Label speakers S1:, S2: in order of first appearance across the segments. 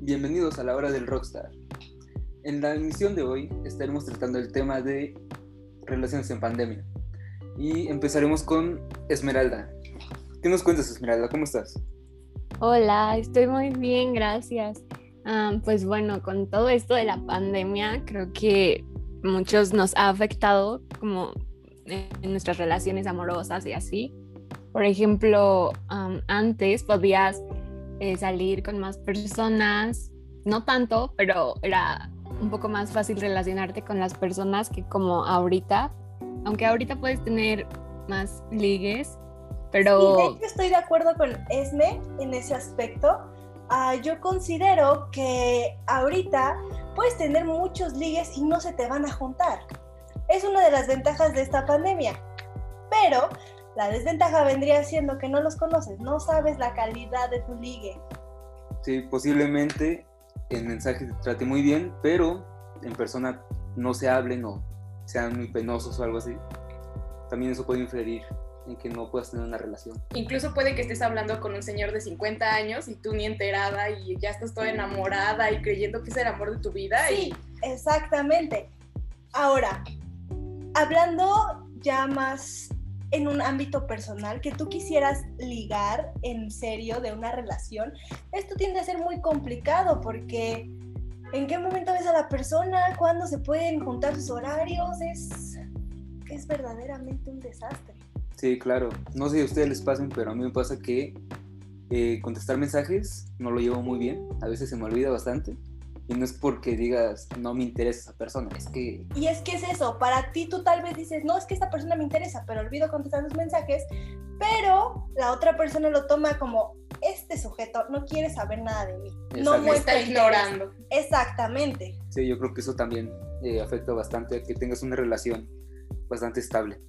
S1: Bienvenidos a la hora del rockstar. En la emisión de hoy estaremos tratando el tema de relaciones en pandemia. Y empezaremos con Esmeralda. ¿Qué nos cuentas, Esmeralda? ¿Cómo estás?
S2: Hola, estoy muy bien, gracias. Ah, pues bueno, con todo esto de la pandemia, creo que muchos nos ha afectado como en nuestras relaciones amorosas y así. Por ejemplo, um, antes podías eh, salir con más personas, no tanto, pero era un poco más fácil relacionarte con las personas que como ahorita, aunque ahorita puedes tener más ligues,
S3: Y de
S2: pero
S3: hecho estoy de acuerdo con Esme en ese aspecto. Ah, yo considero que ahorita puedes tener muchos ligues y no se te van a juntar. Es una de las ventajas de esta pandemia. Pero la desventaja vendría siendo que no los conoces, no sabes la calidad de tu ligue.
S1: Sí, posiblemente en mensaje te trate muy bien, pero en persona no se hablen o sean muy penosos o algo así. También eso puede inferir en que no puedas tener una relación.
S4: Incluso puede que estés hablando con un señor de 50 años y tú ni enterada y ya estás toda enamorada y creyendo que es el amor de tu vida.
S3: Sí, exactamente. Ahora, hablando ya más en un ámbito personal, que tú quisieras ligar en serio de una relación, esto tiende a ser muy complicado porque ¿en qué momento ves a la persona? ¿Cuándo se pueden juntar sus horarios? Es, es verdaderamente un desastre.
S1: Sí, claro. No sé si a ustedes les pasen, pero a mí me pasa que eh, contestar mensajes no lo llevo muy bien. A veces se me olvida bastante. Y no es porque digas, no me interesa esa persona. Es que,
S3: Y es que es eso, para ti tú tal vez dices, no, es que esta persona me interesa, pero olvido contestar sus mensajes, pero la otra persona lo toma como, este sujeto no quiere saber nada de mí.
S1: Exacto.
S3: No
S4: y me
S3: muestra interés".
S4: está ignorando.
S3: Exactamente.
S1: sí, yo creo que eso también eh, afecta bastante a que tengas una relación bastante estable.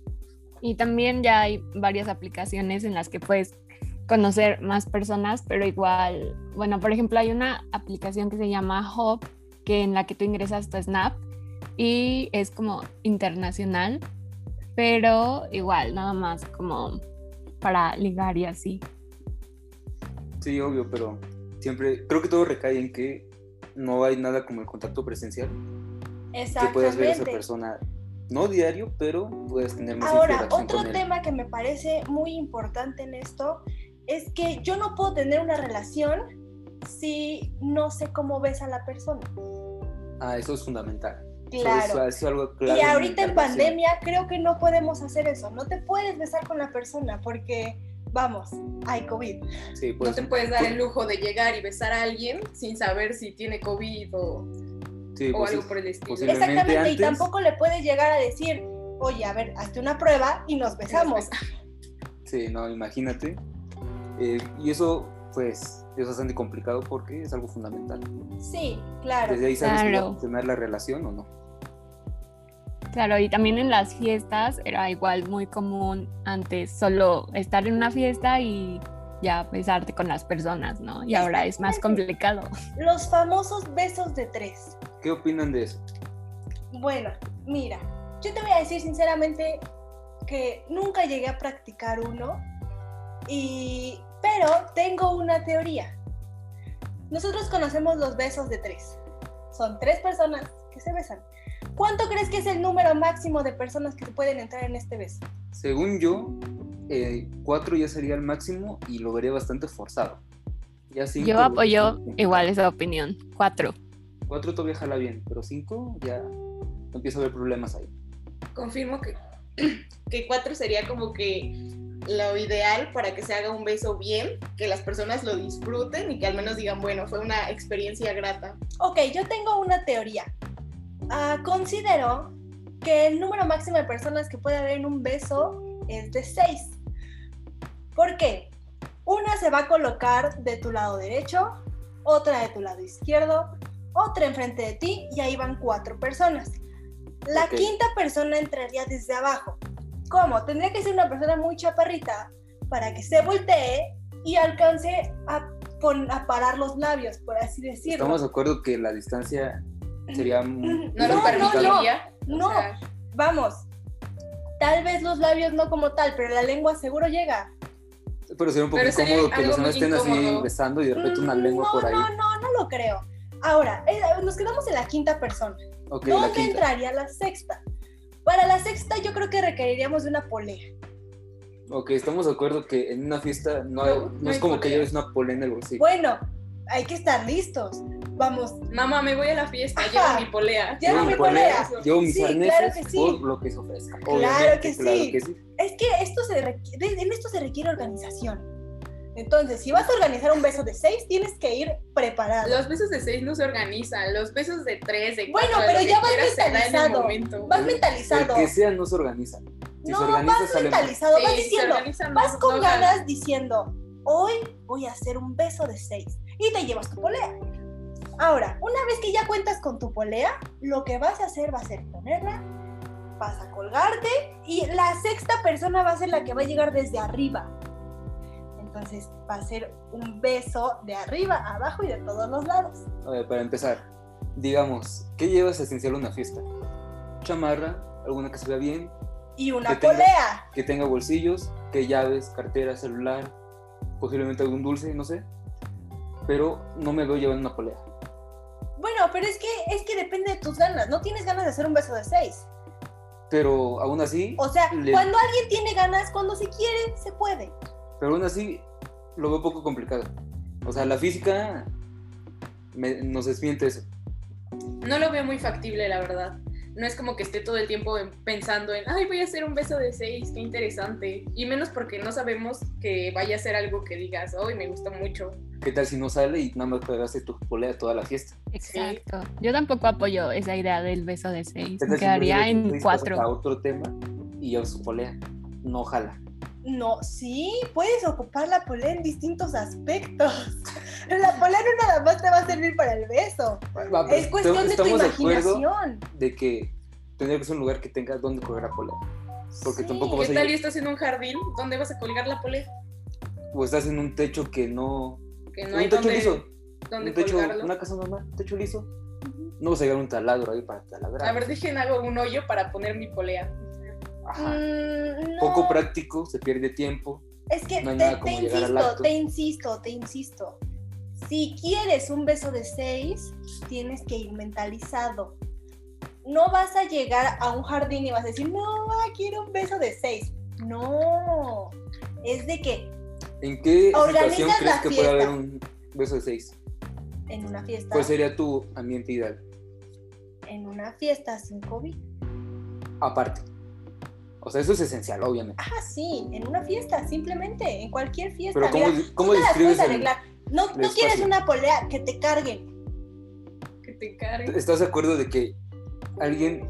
S2: Y también ya hay varias aplicaciones en las que puedes conocer más personas, pero igual, bueno, por ejemplo, hay una aplicación que se llama Hop, que en la que tú ingresas tu Snap y es como internacional, pero igual, nada más como para ligar y así.
S1: Sí, obvio, pero siempre, creo que todo recae en que no hay nada como el contacto presencial. Que puedas ver a esa
S3: Exactamente.
S1: persona, no diario, pero puedes tener más
S3: Ahora,
S1: interacción
S3: otro
S1: con él.
S3: tema que me parece muy importante en esto es que yo no puedo tener una relación si no sé cómo ves a la persona.
S1: Ah, eso es fundamental. Eso es-
S3: Claro.
S1: Eso es algo clave
S3: Y
S1: mi
S3: ahorita en
S1: intervención.
S3: pandemia creo que no podemos hacer eso. No te puedes besar con la persona porque, vamos, hay COVID.
S1: Sí, pues,
S4: No te puedes dar el lujo de llegar y besar a alguien sin saber si tiene COVID o,
S1: sí,
S4: o
S1: pues,
S4: algo
S1: sí.
S4: por el estilo.
S1: posible- Simplemente
S3: Exactamente. Y
S1: antes-
S3: tampoco le puedes llegar a decir, oye, a ver, hazte una prueba y nos besamos.
S1: Sí, no, imagínate. Eh, y eso, pues, es bastante complicado porque es algo fundamental.
S3: Sí, claro.
S1: Desde ahí sabes si va a
S2: Claro.
S1: funcionar la relación o no.
S2: Claro, y también en las fiestas era igual muy común antes solo estar en una fiesta y ya besarte con las personas, ¿no? Y ahora es más
S3: Exactamente.
S2: complicado.
S3: Los famosos besos de tres.
S1: ¿Qué opinan de eso?
S3: Bueno, mira, yo te voy a decir sinceramente que nunca llegué a practicar uno, y, pero tengo una teoría. Nosotros conocemos los besos de tres. Son tres personas que se besan. ¿Cuánto crees que es el número máximo de personas que pueden entrar en este beso?
S1: Según yo, eh, cuatro ya sería el máximo y lo vería bastante forzado. Ya cinco,
S2: Yo apoyo
S1: cinco.
S2: igual esa opinión. Cuatro.
S1: Cuatro todavía jala bien, pero cinco ya empieza a haber problemas ahí.
S4: Confirmo que, que cuatro sería como que lo ideal para que se haga un beso bien, que las personas lo disfruten y que al menos digan, bueno, fue una experiencia grata.
S3: Ok, yo tengo una teoría. Ah, considero que el número máximo de personas que puede haber en un beso es de 6. ¿Por qué? Una se va a colocar de tu lado derecho, otra de tu lado izquierdo, otra enfrente de ti y ahí van cuatro personas. La
S1: Ok.
S3: quinta persona entraría desde abajo. ¿Cómo? Tendría que ser una persona muy chaparrita para que se voltee y alcance a, pon- a parar los labios, por así decirlo.
S1: Estamos de acuerdo que la distancia sería... muy-
S3: No,
S4: No, lo
S3: no,
S4: permitiría. o
S3: No,
S4: sea,
S3: vamos. Tal vez los labios no como tal, pero la lengua seguro llega.
S1: Pero sería un poco
S4: Pero sería
S1: incómodo que
S4: algo
S1: los demás
S4: muy
S1: estén así
S4: incómodo.
S1: besando y de repente una
S3: Mm,
S1: lengua
S3: no,
S1: por ahí.
S3: No, no, no lo creo. Ahora, eh, nos quedamos en la quinta persona.
S1: Ok, la
S3: ¿Dónde
S1: quinta.
S3: entraría la sexta? Para la sexta yo creo que requeriríamos de una polea.
S1: Ok, estamos de acuerdo que en una fiesta no,
S4: No,
S1: no
S4: no
S1: es
S4: hay
S1: como que
S4: polea.
S1: lleves una polea en el bolsillo.
S3: Bueno, hay que estar listos. Vamos,
S4: Mamá, me voy a la fiesta,
S3: Ajá.
S4: llevo mi polea.
S3: Llevo
S1: Llevo
S3: mi
S1: mi
S3: polea.
S1: Llevo mis
S3: Sí,
S1: arneses
S3: claro que sí.
S1: por lo que se ofrezca.
S3: Claro que sí. es que esto se requ- de- en esto se requiere organización. Entonces, si vas a organizar un beso de seis, tienes que ir preparado.
S4: Los besos de seis no se organizan, los besos de tres, de
S3: Bueno,
S4: cuatro,
S3: pero
S4: lo que
S3: ya vas
S4: quieras, se da en el
S3: mentalizado.
S4: momento.
S3: Vas
S1: El
S3: mentalizado.
S1: que sea no se organiza. Si
S3: no,
S1: se organiza,
S3: vas
S1: sale mal.
S3: mentalizado. vas
S4: Sí, se
S3: diciendo,
S4: organizan,
S3: vas
S4: no-
S3: con
S4: no dan.
S3: ganas diciendo, hoy voy a hacer un beso de seis. Y te llevas tu polea. Ahora, una vez que ya cuentas con tu polea, lo que vas a hacer va a ser ponerla, vas a colgarte y la sexta persona va a ser la que va a llegar desde arriba. Entonces va a ser un beso de arriba, abajo y de todos los lados.
S1: A ver, para empezar, digamos, ¿qué llevas esencial a una fiesta? Chamarra, alguna que se vea bien,
S3: Y una
S1: Que tenga-
S3: polea.
S1: que tenga bolsillos, que llaves, cartera, celular, posiblemente algún dulce, no sé. Pero no me veo llevando una polea.
S3: Bueno, pero es que, es que depende de tus ganas. No tienes ganas de hacer un beso de seis.
S1: Pero aún así,
S3: O sea,
S1: Le-
S3: cuando alguien tiene ganas, cuando se quiere, se puede.
S1: pero aún así lo veo poco complicado. O sea, la física me- nos desmiente eso.
S4: No lo veo muy factible, la verdad. No es como que esté todo el tiempo en- pensando en, ay, voy a hacer un beso de seis, qué interesante. Y menos porque no sabemos que vaya a ser algo que digas, hoy me gustó mucho.
S1: ¿Qué tal si no sale y nada más pegaste tu polea toda la fiesta?
S2: Exacto. Yo tampoco apoyo esa idea del beso de seis.
S1: ¿Qué
S2: Me
S1: tal si
S2: quedaría
S1: luego
S2: en
S1: después pasas A
S2: cuatro.
S1: otro tema y llevas su polea. No jala.
S3: No, sí, puedes ocupar la polea en distintos aspectos. La polea no nada más te va a servir para el beso.
S1: Va, Ah, pero
S3: Es cuestión de tu
S1: estamos acuerdo
S3: imaginación.
S1: de que tendría que ser un lugar que tenga donde colgar la polea. Porque
S3: Sí.
S1: tampoco vas
S4: ¿Qué
S1: a
S4: tal y
S1: ir,
S4: estás en un jardín donde vas a colgar la polea?
S1: o estás en un techo que no.
S4: Que no
S1: un
S4: hay
S1: techo
S4: donde,
S1: liso.
S4: donde
S1: un techo,
S4: colgarlo.
S1: una casa normal, un techo liso.
S3: Mm,
S1: No vas a llegar un taladro ahí para taladrar.
S4: A ver, dejen hago un hoyo para poner mi polea.
S1: Ajá.
S3: Mm, no,
S1: Poco práctico, se pierde tiempo.
S3: es que
S1: no hay
S3: te,
S1: nada
S3: te
S1: como llegar al
S3: insisto,
S1: acto.
S3: te insisto, te insisto. Si quieres un beso de seis, pues, tienes que ir mentalizado. No vas a llegar a un jardín y vas a decir, no, ah, quiero un beso de seis. No, es de que
S1: ¿En qué
S3: Organizas
S1: situación
S3: la
S1: crees que puede
S3: fiesta. Ah.
S1: haber un beso de seis?
S3: en una fiesta.
S1: ¿Cuál sería tu ambiente ideal?
S3: en una fiesta sin COVID.
S1: Aparte. O sea, eso es esencial, obviamente.
S3: Ah, sí, en una fiesta, simplemente, en cualquier fiesta.
S1: Pero ¿cómo,
S3: mira,
S1: cómo
S3: tú te las
S1: describes
S3: puedes
S1: el-
S3: arreglar. No, no
S1: espacio?
S3: quieres una polea que te carguen.
S4: Que te cargue.
S1: ¿Estás de acuerdo de que alguien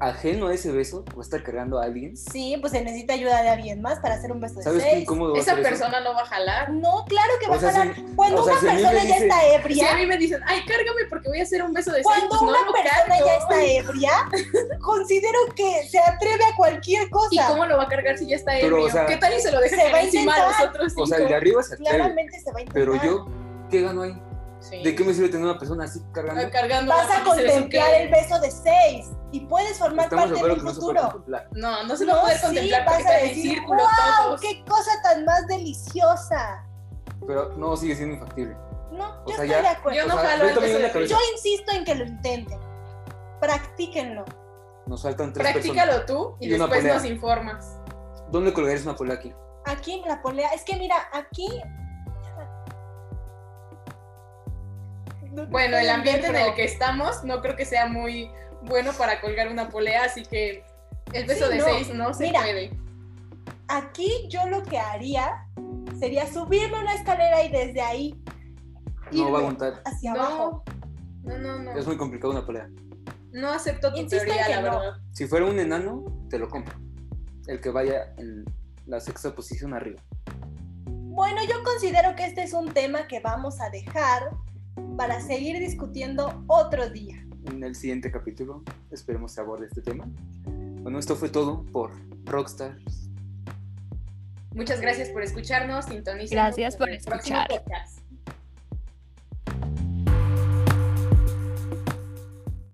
S1: ajeno a ese beso va a estar cargando a alguien?
S3: Sí, pues se necesita ayuda de alguien más para hacer un beso de
S1: ¿Sabes qué
S3: Pues seis.
S1: incómodo va a
S4: Esa
S1: ser eso?
S4: persona no va a jalar.
S3: No, claro que va
S1: O sea,
S3: a parar.
S1: si-
S3: Cuando
S1: o sea,
S3: una
S1: si a mí me
S3: persona ya
S1: dice-
S3: está
S4: Si a
S3: ebria,
S4: mí me dicen, ay, cárgame porque voy a hacer un beso de seis,
S3: cuando
S4: pues no
S3: una
S4: lo
S3: persona
S4: cargo.
S3: ya está ebria, considero que se atreve a cualquier cosa.
S4: ¿Y cómo lo va a cargar si ya está
S1: Pero,
S4: ebrio?
S1: o sea,
S4: ¿Qué tal y se lo deja
S3: se va a
S4: caer encima a los
S3: intentar.
S4: otros cinco?
S1: O sea, el de arriba se atreve,
S3: Claramente se va a intentar.
S1: pero yo, ¿qué gano ahí?
S4: Sí.
S1: ¿De qué me sirve tener una persona así cargando?
S4: Ah, cargando
S3: Vas
S4: una
S3: a
S4: parte, se les
S3: contemplar
S4: cae.
S3: el beso de seis y puedes formar
S1: Estamos de
S3: parte
S1: acuerdo
S3: del
S1: que no se
S3: futuro.
S1: puede contemplar.
S4: No, no se lo va a poder
S3: sí,
S4: contemplar
S3: vas
S4: porque
S3: a
S4: está en el
S3: decir,
S4: círculo
S3: ¡Guau!
S4: todos.
S3: ¡Qué cosa tan más deliciosa!
S1: Pero no, sigue siendo infactible.
S3: No,
S1: O sea,
S3: yo estoy
S1: ya-
S3: de acuerdo.
S4: Yo no
S1: O sea,
S4: jalo
S1: yo
S4: el
S1: también
S4: beso
S1: en la
S4: de
S1: cabeza-
S3: Yo insisto en que lo intenten. Practíquenlo.
S1: Nos faltan tres personas.
S4: Practícalo tú y,
S1: Y una
S4: después
S1: polea.
S4: nos informas.
S1: ¿Dónde colgarías una polea aquí?
S3: Aquí la polea. Es que mira, aquí.
S4: Bueno, el ambiente en el que estamos no creo que sea muy bueno para colgar una polea, así que el beso
S3: Sí,
S4: de
S3: no.
S4: seis no se
S3: Mira.
S4: puede.
S3: Aquí yo lo que haría sería subirme una escalera y desde ahí
S1: No
S3: Irme.
S1: va a aguantar.
S3: hacia abajo.
S4: No, no, no, no.
S1: Es muy complicado una polea.
S4: No acepto tu
S3: Insisto en
S4: teoría,
S3: que
S4: la
S3: no.
S4: verdad.
S1: Si fuera un enano, te lo compro. El que vaya en la sexta posición arriba.
S3: Bueno, yo considero que este es un tema que vamos a dejar para seguir discutiendo otro día.
S1: En el siguiente capítulo esperemos se aborde este tema. Bueno, esto fue todo por Rockstar.
S4: Muchas gracias por escucharnos, sintonícenos.
S2: Gracias por
S4: en el próximo
S2: escuchar.
S4: podcast.